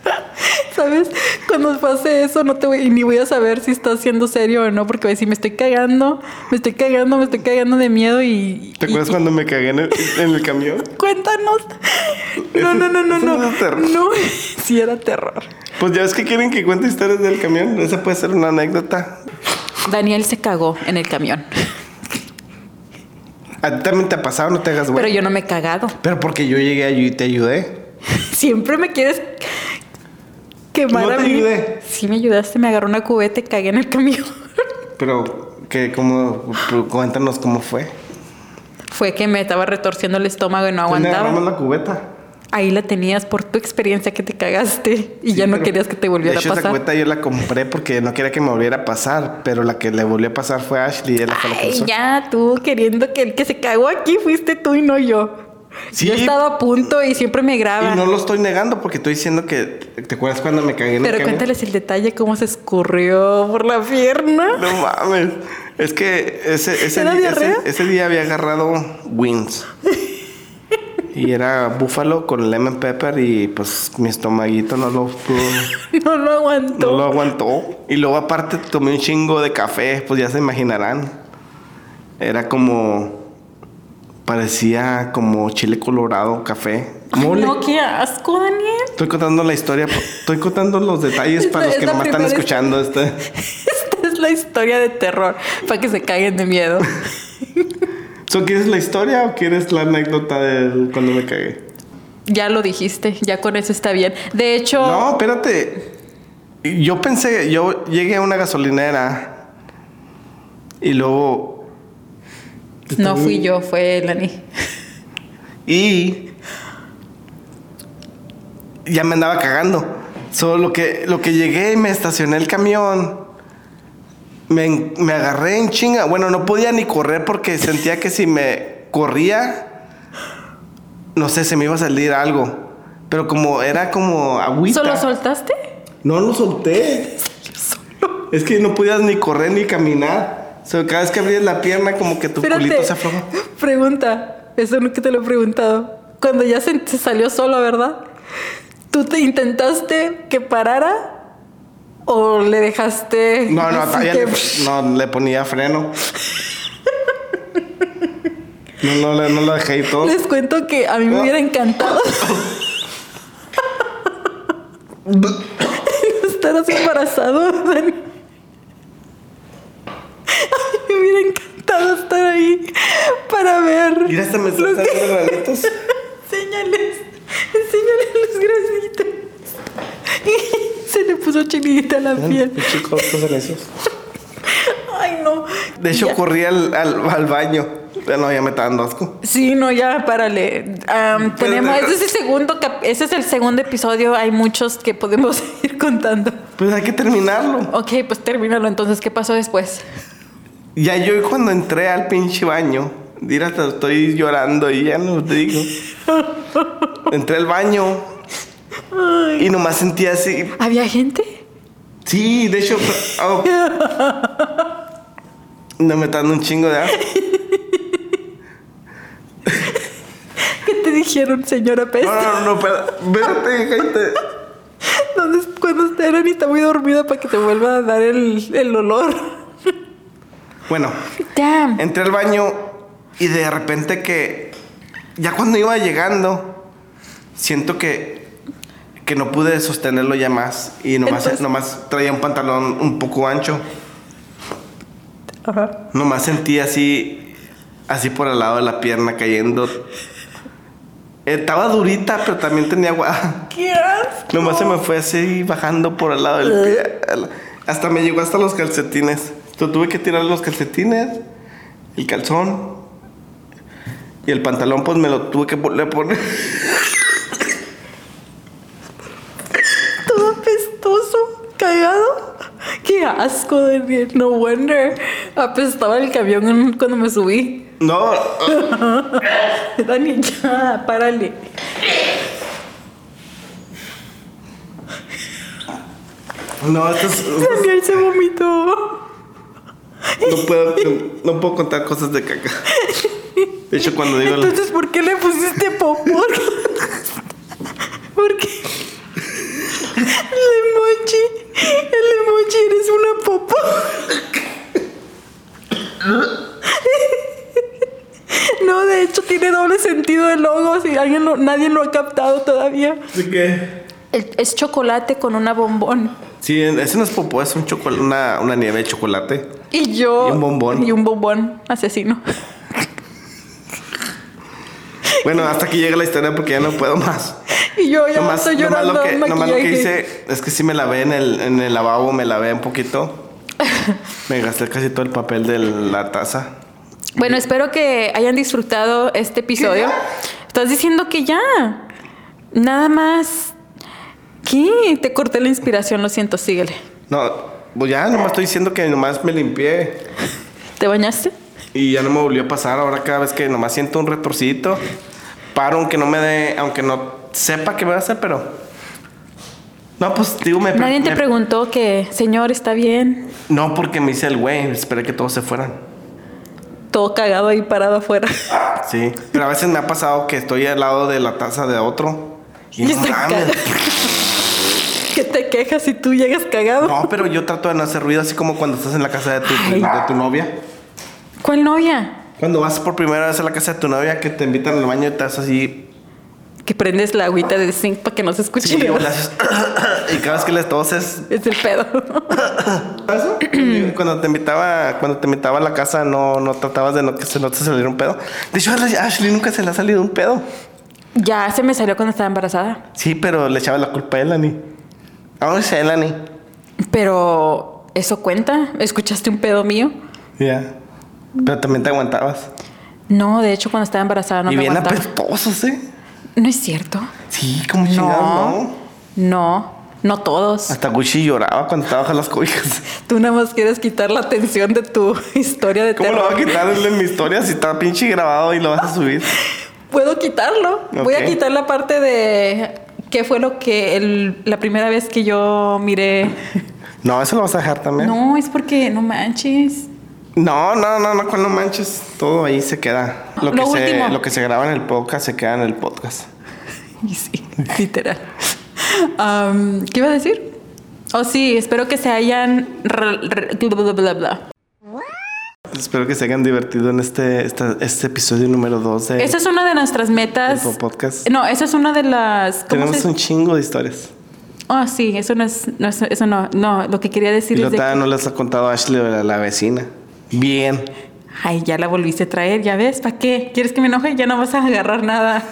Speaker 1: ¿Sabes? Cuando pase eso, no te voy, ni voy a saber si estás siendo serio o no, porque voy a decir, me estoy cagando, me estoy cagando, me estoy cagando de miedo y.
Speaker 2: ¿Te
Speaker 1: y-
Speaker 2: acuerdas
Speaker 1: y-
Speaker 2: cuando me cagué en el, en el camión?
Speaker 1: Cuéntanos. No, no, no, no,
Speaker 2: Eso
Speaker 1: no.
Speaker 2: no es terror.
Speaker 1: No, sí era terror.
Speaker 2: Pues ya es que quieren que cuente historias del camión. Esa puede ser una anécdota.
Speaker 1: Daniel se cagó en el camión,
Speaker 2: A ti Ah, también te ha pasado, no te hagas güey.
Speaker 1: pero yo no me he cagado.
Speaker 2: Pero porque yo llegué allí y te ayudé.
Speaker 1: Siempre me quieres quemar
Speaker 2: No
Speaker 1: a
Speaker 2: te
Speaker 1: mí.
Speaker 2: ayudé.
Speaker 1: Sí me ayudaste, me agarró una cubeta y cagué en el camión.
Speaker 2: Pero que como cuéntanos cómo fue.
Speaker 1: Fue que me estaba retorciendo el estómago y no
Speaker 2: Agarramos
Speaker 1: aguantaba.
Speaker 2: la cubeta.
Speaker 1: Ahí la tenías por tu experiencia que te cagaste y
Speaker 2: Sí,
Speaker 1: ya no
Speaker 2: pero-
Speaker 1: querías que te
Speaker 2: de
Speaker 1: volviera a
Speaker 2: hecho, Esa
Speaker 1: pasar.
Speaker 2: cubeta yo la compré porque no quería que me volviera a pasar, pero la que le volvió a pasar fue a Ashley y ella fue la que
Speaker 1: Ay,
Speaker 2: usó.
Speaker 1: ya, tú queriendo que el que se cagó aquí fuiste tú y no yo.
Speaker 2: Sí.
Speaker 1: Yo estaba a punto y siempre me graba.
Speaker 2: Y no lo estoy negando porque estoy diciendo que te acuerdas cuando me cagué en el
Speaker 1: Pero
Speaker 2: camión?
Speaker 1: cuéntales el detalle, cómo se escurrió por la pierna.
Speaker 2: No mames. Es que ese, ese,
Speaker 1: ¿Era
Speaker 2: día,
Speaker 1: diarrea?
Speaker 2: ese, ese día había agarrado wings. Y era búfalo con lemon pepper y pues mi estomaguito no lo pudo
Speaker 1: No lo
Speaker 2: No
Speaker 1: aguantó.
Speaker 2: lo aguantó. Y luego aparte tomé un chingo de café, pues ya se imaginarán. Era como... Parecía como chile colorado, café.
Speaker 1: Ay,
Speaker 2: Mole.
Speaker 1: no, qué asco, Daniel.
Speaker 2: Estoy contando la historia, estoy contando los detalles
Speaker 1: Esta
Speaker 2: para los
Speaker 1: es
Speaker 2: que
Speaker 1: la
Speaker 2: nomás están
Speaker 1: primera-
Speaker 2: escuchando este.
Speaker 1: Esta es la historia de terror, para que se caguen de miedo.
Speaker 2: So, ¿Quieres la historia o quieres la anécdota de cuando me cagué?
Speaker 1: Ya lo dijiste, ya con eso está bien. De hecho,
Speaker 2: No, espérate. Yo pensé, yo llegué a una gasolinera y luego
Speaker 1: no fui yo, fue Lani.
Speaker 2: Y ya me andaba cagando. Solo lo que, lo que llegué y me estacioné el camión. Me, en- me agarré en chinga. Bueno, no podía ni correr porque sentía que si me corría, no sé, se me iba a salir algo. Pero como era como agüita.
Speaker 1: ¿Solo soltaste?
Speaker 2: No lo solté. Es que no podías ni correr ni caminar. O sea, cada vez que abrías la pierna, como que tu culito se afloja.
Speaker 1: Pregunta, eso nunca te lo he preguntado. Cuando ya se, se salió solo, ¿verdad? ¿Tú te intentaste que parara o le dejaste?
Speaker 2: No, no,
Speaker 1: así
Speaker 2: todavía
Speaker 1: que-
Speaker 2: le, no, le ponía freno. No, no, la- no la dejé y todo.
Speaker 1: Les cuento que a mí me hubiera encantado estarás embarazado, Dani. Ay, me hubiera encantado estar ahí para ver.
Speaker 2: Mira, hasta me están
Speaker 1: los-
Speaker 2: saliendo granitos.
Speaker 1: Enséñales, enséñales los grasitos. Y se le puso chinita a la piel.
Speaker 2: Pinche cortos en esos.
Speaker 1: Ay, no.
Speaker 2: De hecho,
Speaker 1: Ya.
Speaker 2: corrí al, al, al baño. Ya No, ya me está dando asco.
Speaker 1: Sí, no, ya, párale. Am, tenemos, ese es el segundo, cap- ese es el segundo episodio. Hay muchos que podemos ir contando.
Speaker 2: Pues hay que terminarlo.
Speaker 1: Ok, pues termínalo entonces. ¿Qué pasó después?
Speaker 2: Ya yo cuando entré al pinche baño, dirá, hasta estoy llorando y ya no te digo. Entré al baño y nomás sentía así.
Speaker 1: ¿Había gente?
Speaker 2: Sí, de hecho. oh. No me está dando un chingo de asco.
Speaker 1: ¿Qué te dijeron, señora Pez?
Speaker 2: No, no, no, espera. Espérate, cállate.
Speaker 1: ¿Dónde, cuando está Eran y está muy dormida para que te vuelva a dar el, el olor.
Speaker 2: Bueno,
Speaker 1: Damn.
Speaker 2: entré al baño y de repente que ya cuando iba llegando siento que que no pude sostenerlo ya más y nomás
Speaker 1: Entonces-
Speaker 2: nomás traía un pantalón un poco ancho.
Speaker 1: Ajá.
Speaker 2: Nomás sentí así así por el lado de la pierna cayendo. Estaba durita, pero también tenía agua.
Speaker 1: ¡Qué asco!
Speaker 2: Nomás se me fue así bajando por el lado del pie. Hasta me llegó hasta los calcetines. Yo tuve que tirar los calcetines, el calzón y el pantalón, pues me lo tuve que pon- le poner.
Speaker 1: Todo apestoso, cagado. ¡Qué asco, Daniel! No wonder. Apestaba el camión cuando me subí.
Speaker 2: No,
Speaker 1: Dani, ya, párale.
Speaker 2: no, esto es-
Speaker 1: Daniel se vomitó.
Speaker 2: no, puedo, no puedo contar cosas de caca. De hecho, cuando digo. la-
Speaker 1: Entonces, ¿por qué le pusiste popor? ¿Por qué? El emoji. El emoji eres una popó. No, de hecho tiene doble sentido el logo, si alguien lo- nadie lo ha captado todavía.
Speaker 2: ¿De qué?
Speaker 1: El- Es chocolate con una bombón.
Speaker 2: Sí, ese no es popó, es un chocolate, una, una nieve de chocolate.
Speaker 1: Y yo
Speaker 2: Y un bombón.
Speaker 1: Y un bombón asesino.
Speaker 2: Bueno, hasta que llega la historia porque ya no puedo más.
Speaker 1: Y yo ya
Speaker 2: Nomás,
Speaker 1: estoy
Speaker 2: nomás
Speaker 1: llorando
Speaker 2: lo que,
Speaker 1: maquillaje.
Speaker 2: nomás lo que hice es que sí me lavé en el, en el lavabo, me lavé un poquito. Me gasté casi todo el papel de la taza.
Speaker 1: Bueno, espero que hayan disfrutado este episodio. Estás diciendo que ya. Nada más. ¿Qué? Te corté la inspiración, lo siento, síguele.
Speaker 2: No, pues ya nomás estoy diciendo que nomás me limpié
Speaker 1: ¿Te bañaste?
Speaker 2: y ya no me volvió a pasar. Ahora cada vez que nomás siento un retorcito, paro aunque no me dé, aunque no sepa qué voy a hacer, pero... No, pues digo, me... pre-
Speaker 1: Nadie te
Speaker 2: me-
Speaker 1: preguntó que, señor, está bien.
Speaker 2: No, porque me hice el güey, esperé que todos se fueran.
Speaker 1: Todo cagado ahí parado afuera.
Speaker 2: Sí, pero a veces me ha pasado que estoy al lado de la taza de otro. Y,
Speaker 1: Y
Speaker 2: no
Speaker 1: se
Speaker 2: mames.
Speaker 1: caga. ¿Qué te quejas si tú llegas cagado?
Speaker 2: No, pero yo trato de no hacer ruido, así como cuando estás en la casa de tu,
Speaker 1: Ay.
Speaker 2: de tu novia.
Speaker 1: ¿Cuál novia?
Speaker 2: Cuando vas por primera vez a la casa de tu novia, que te invitan al baño y estás así.
Speaker 1: Que prendes la agüita del zinc para que no se escuche.
Speaker 2: Y, luego le haces y cada vez que le toses.
Speaker 1: Es el pedo.
Speaker 2: ¿Eso? cuando te invitaba cuando te invitaba a la casa, no, no tratabas de no que se no te saliera un pedo. De hecho, a la- a Ashley nunca se le ha salido un pedo.
Speaker 1: ya se me salió cuando estaba embarazada.
Speaker 2: Sí, pero le echaba la culpa a Elani. Ahora es Elani.
Speaker 1: Pero, ¿eso cuenta? ¿Escuchaste un pedo mío?
Speaker 2: Ya. Pero también te aguantabas.
Speaker 1: No, de hecho, cuando estaba embarazada no
Speaker 2: y
Speaker 1: me
Speaker 2: bien
Speaker 1: aguantaba.
Speaker 2: apestosos, ¿eh?
Speaker 1: No es cierto.
Speaker 2: Sí, como chingados,
Speaker 1: No,
Speaker 2: ¿no? Ah.
Speaker 1: no, no todos.
Speaker 2: Hasta Gucci lloraba cuando estaba bajo las cobijas.
Speaker 1: Tú nada más quieres quitar la atención de tu historia de
Speaker 2: ¿Cómo lo
Speaker 1: terror.
Speaker 2: va a quitar él en mi historia si está pinche grabado y lo vas a subir?
Speaker 1: Puedo quitarlo. Voy a
Speaker 2: Ok.
Speaker 1: quitar la parte de qué fue lo que el- la primera vez que yo miré.
Speaker 2: No, eso lo vas a dejar también.
Speaker 1: No, es porque no manches.
Speaker 2: No, no, no, no, cuando no manches, todo ahí se queda. Lo, que
Speaker 1: Lo último.
Speaker 2: se, lo que se graba en el podcast se queda en el podcast.
Speaker 1: Y sí, literal. Am, ¿Qué iba a decir? Oh, sí, espero que se hayan. re- re- bla, bla, bla, bla.
Speaker 2: Espero que se hayan divertido en este, esta- este episodio número 2 de
Speaker 1: Esa es una de nuestras metas.
Speaker 2: Tipo podcast.
Speaker 1: No, esa es una de las. ¿cómo
Speaker 2: Tenemos
Speaker 1: se-
Speaker 2: un chingo de historias.
Speaker 1: Ah, sí, eso no es, no es- Eso no. No, lo que quería decir
Speaker 2: Y
Speaker 1: es de.
Speaker 2: no les ha contado a Ashley a la vecina. Bien.
Speaker 1: Ay, ya la volviste a traer, ya ves. ¿Para qué? ¿Quieres que me enoje? Ya no vas a agarrar nada.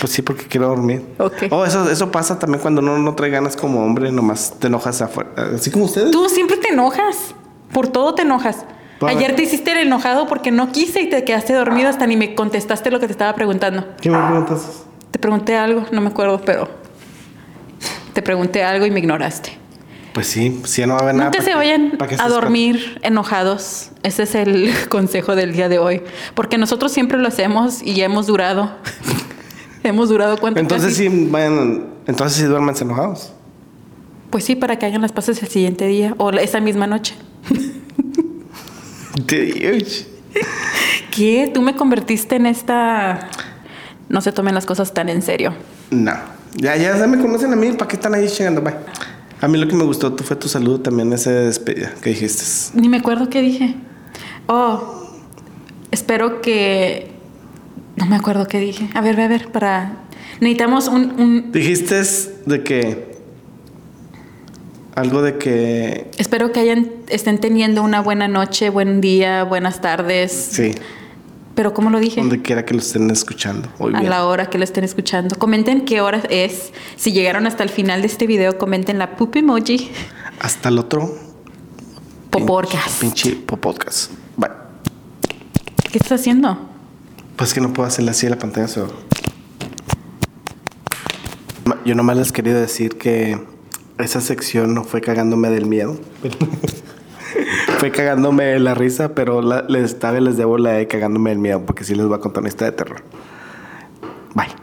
Speaker 2: Pues sí, porque quiero dormir.
Speaker 1: Ok.
Speaker 2: Oh, eso, eso pasa también cuando uno no trae ganas como hombre, nomás te enojas afuera. Así como ustedes.
Speaker 1: Tú siempre te enojas. Por todo te enojas.
Speaker 2: Para-
Speaker 1: Ayer te hiciste el enojado porque no quise y te quedaste dormido hasta ni me contestaste lo que te estaba preguntando.
Speaker 2: ¿Qué me preguntas?
Speaker 1: Te pregunté algo, no me acuerdo, pero te pregunté algo y me ignoraste.
Speaker 2: Pues sí, pues ya no va a haber nada.
Speaker 1: Nunca
Speaker 2: ¿para
Speaker 1: se
Speaker 2: qué-
Speaker 1: vayan
Speaker 2: para qué
Speaker 1: a
Speaker 2: estás-
Speaker 1: dormir enojados. Ese es el consejo del día de hoy. Porque nosotros siempre lo hacemos y ya hemos durado. hemos durado cuánto
Speaker 2: Entonces
Speaker 1: casi?
Speaker 2: sí, vayan. Entonces sí, duérmanse enojados.
Speaker 1: Pues sí, para que hagan las paces el siguiente día o la- esa misma noche.
Speaker 2: Te digo.
Speaker 1: ¿Qué? Tú me convertiste en esta... No se tomen las cosas tan en serio.
Speaker 2: No. Ya, ya, ya me conocen a mí. ¿Para qué están ahí chingando? Bye. A mí lo que me gustó tú fue tu saludo también, ese de despedida que dijiste.
Speaker 1: Ni me acuerdo qué dije. Oh, espero que... No me acuerdo qué dije. A ver, ve a ver, para... Necesitamos un... un...
Speaker 2: Dijiste de que. Algo de que.
Speaker 1: Espero que hayan, estén teniendo una buena noche, buen día, buenas tardes.
Speaker 2: Sí,
Speaker 1: Pero ¿cómo lo dije?
Speaker 2: donde quiera que lo estén escuchando. Hoy
Speaker 1: a
Speaker 2: bien.
Speaker 1: la hora que lo estén escuchando. Comenten qué hora es. Si llegaron hasta el final de este video, comenten la poop emoji.
Speaker 2: Hasta el otro.
Speaker 1: Poporcas.
Speaker 2: Pinche podcast. Bye.
Speaker 1: ¿Qué estás haciendo?
Speaker 2: Pues que no puedo hacerle así a la pantalla. so- Ma- Yo nomás les quería decir que esa sección no fue cagándome del miedo. fue cagándome de la risa, pero la, les, esta vez les debo la de cagándome del miedo, porque sí les voy a contar una historia de terror. Bye.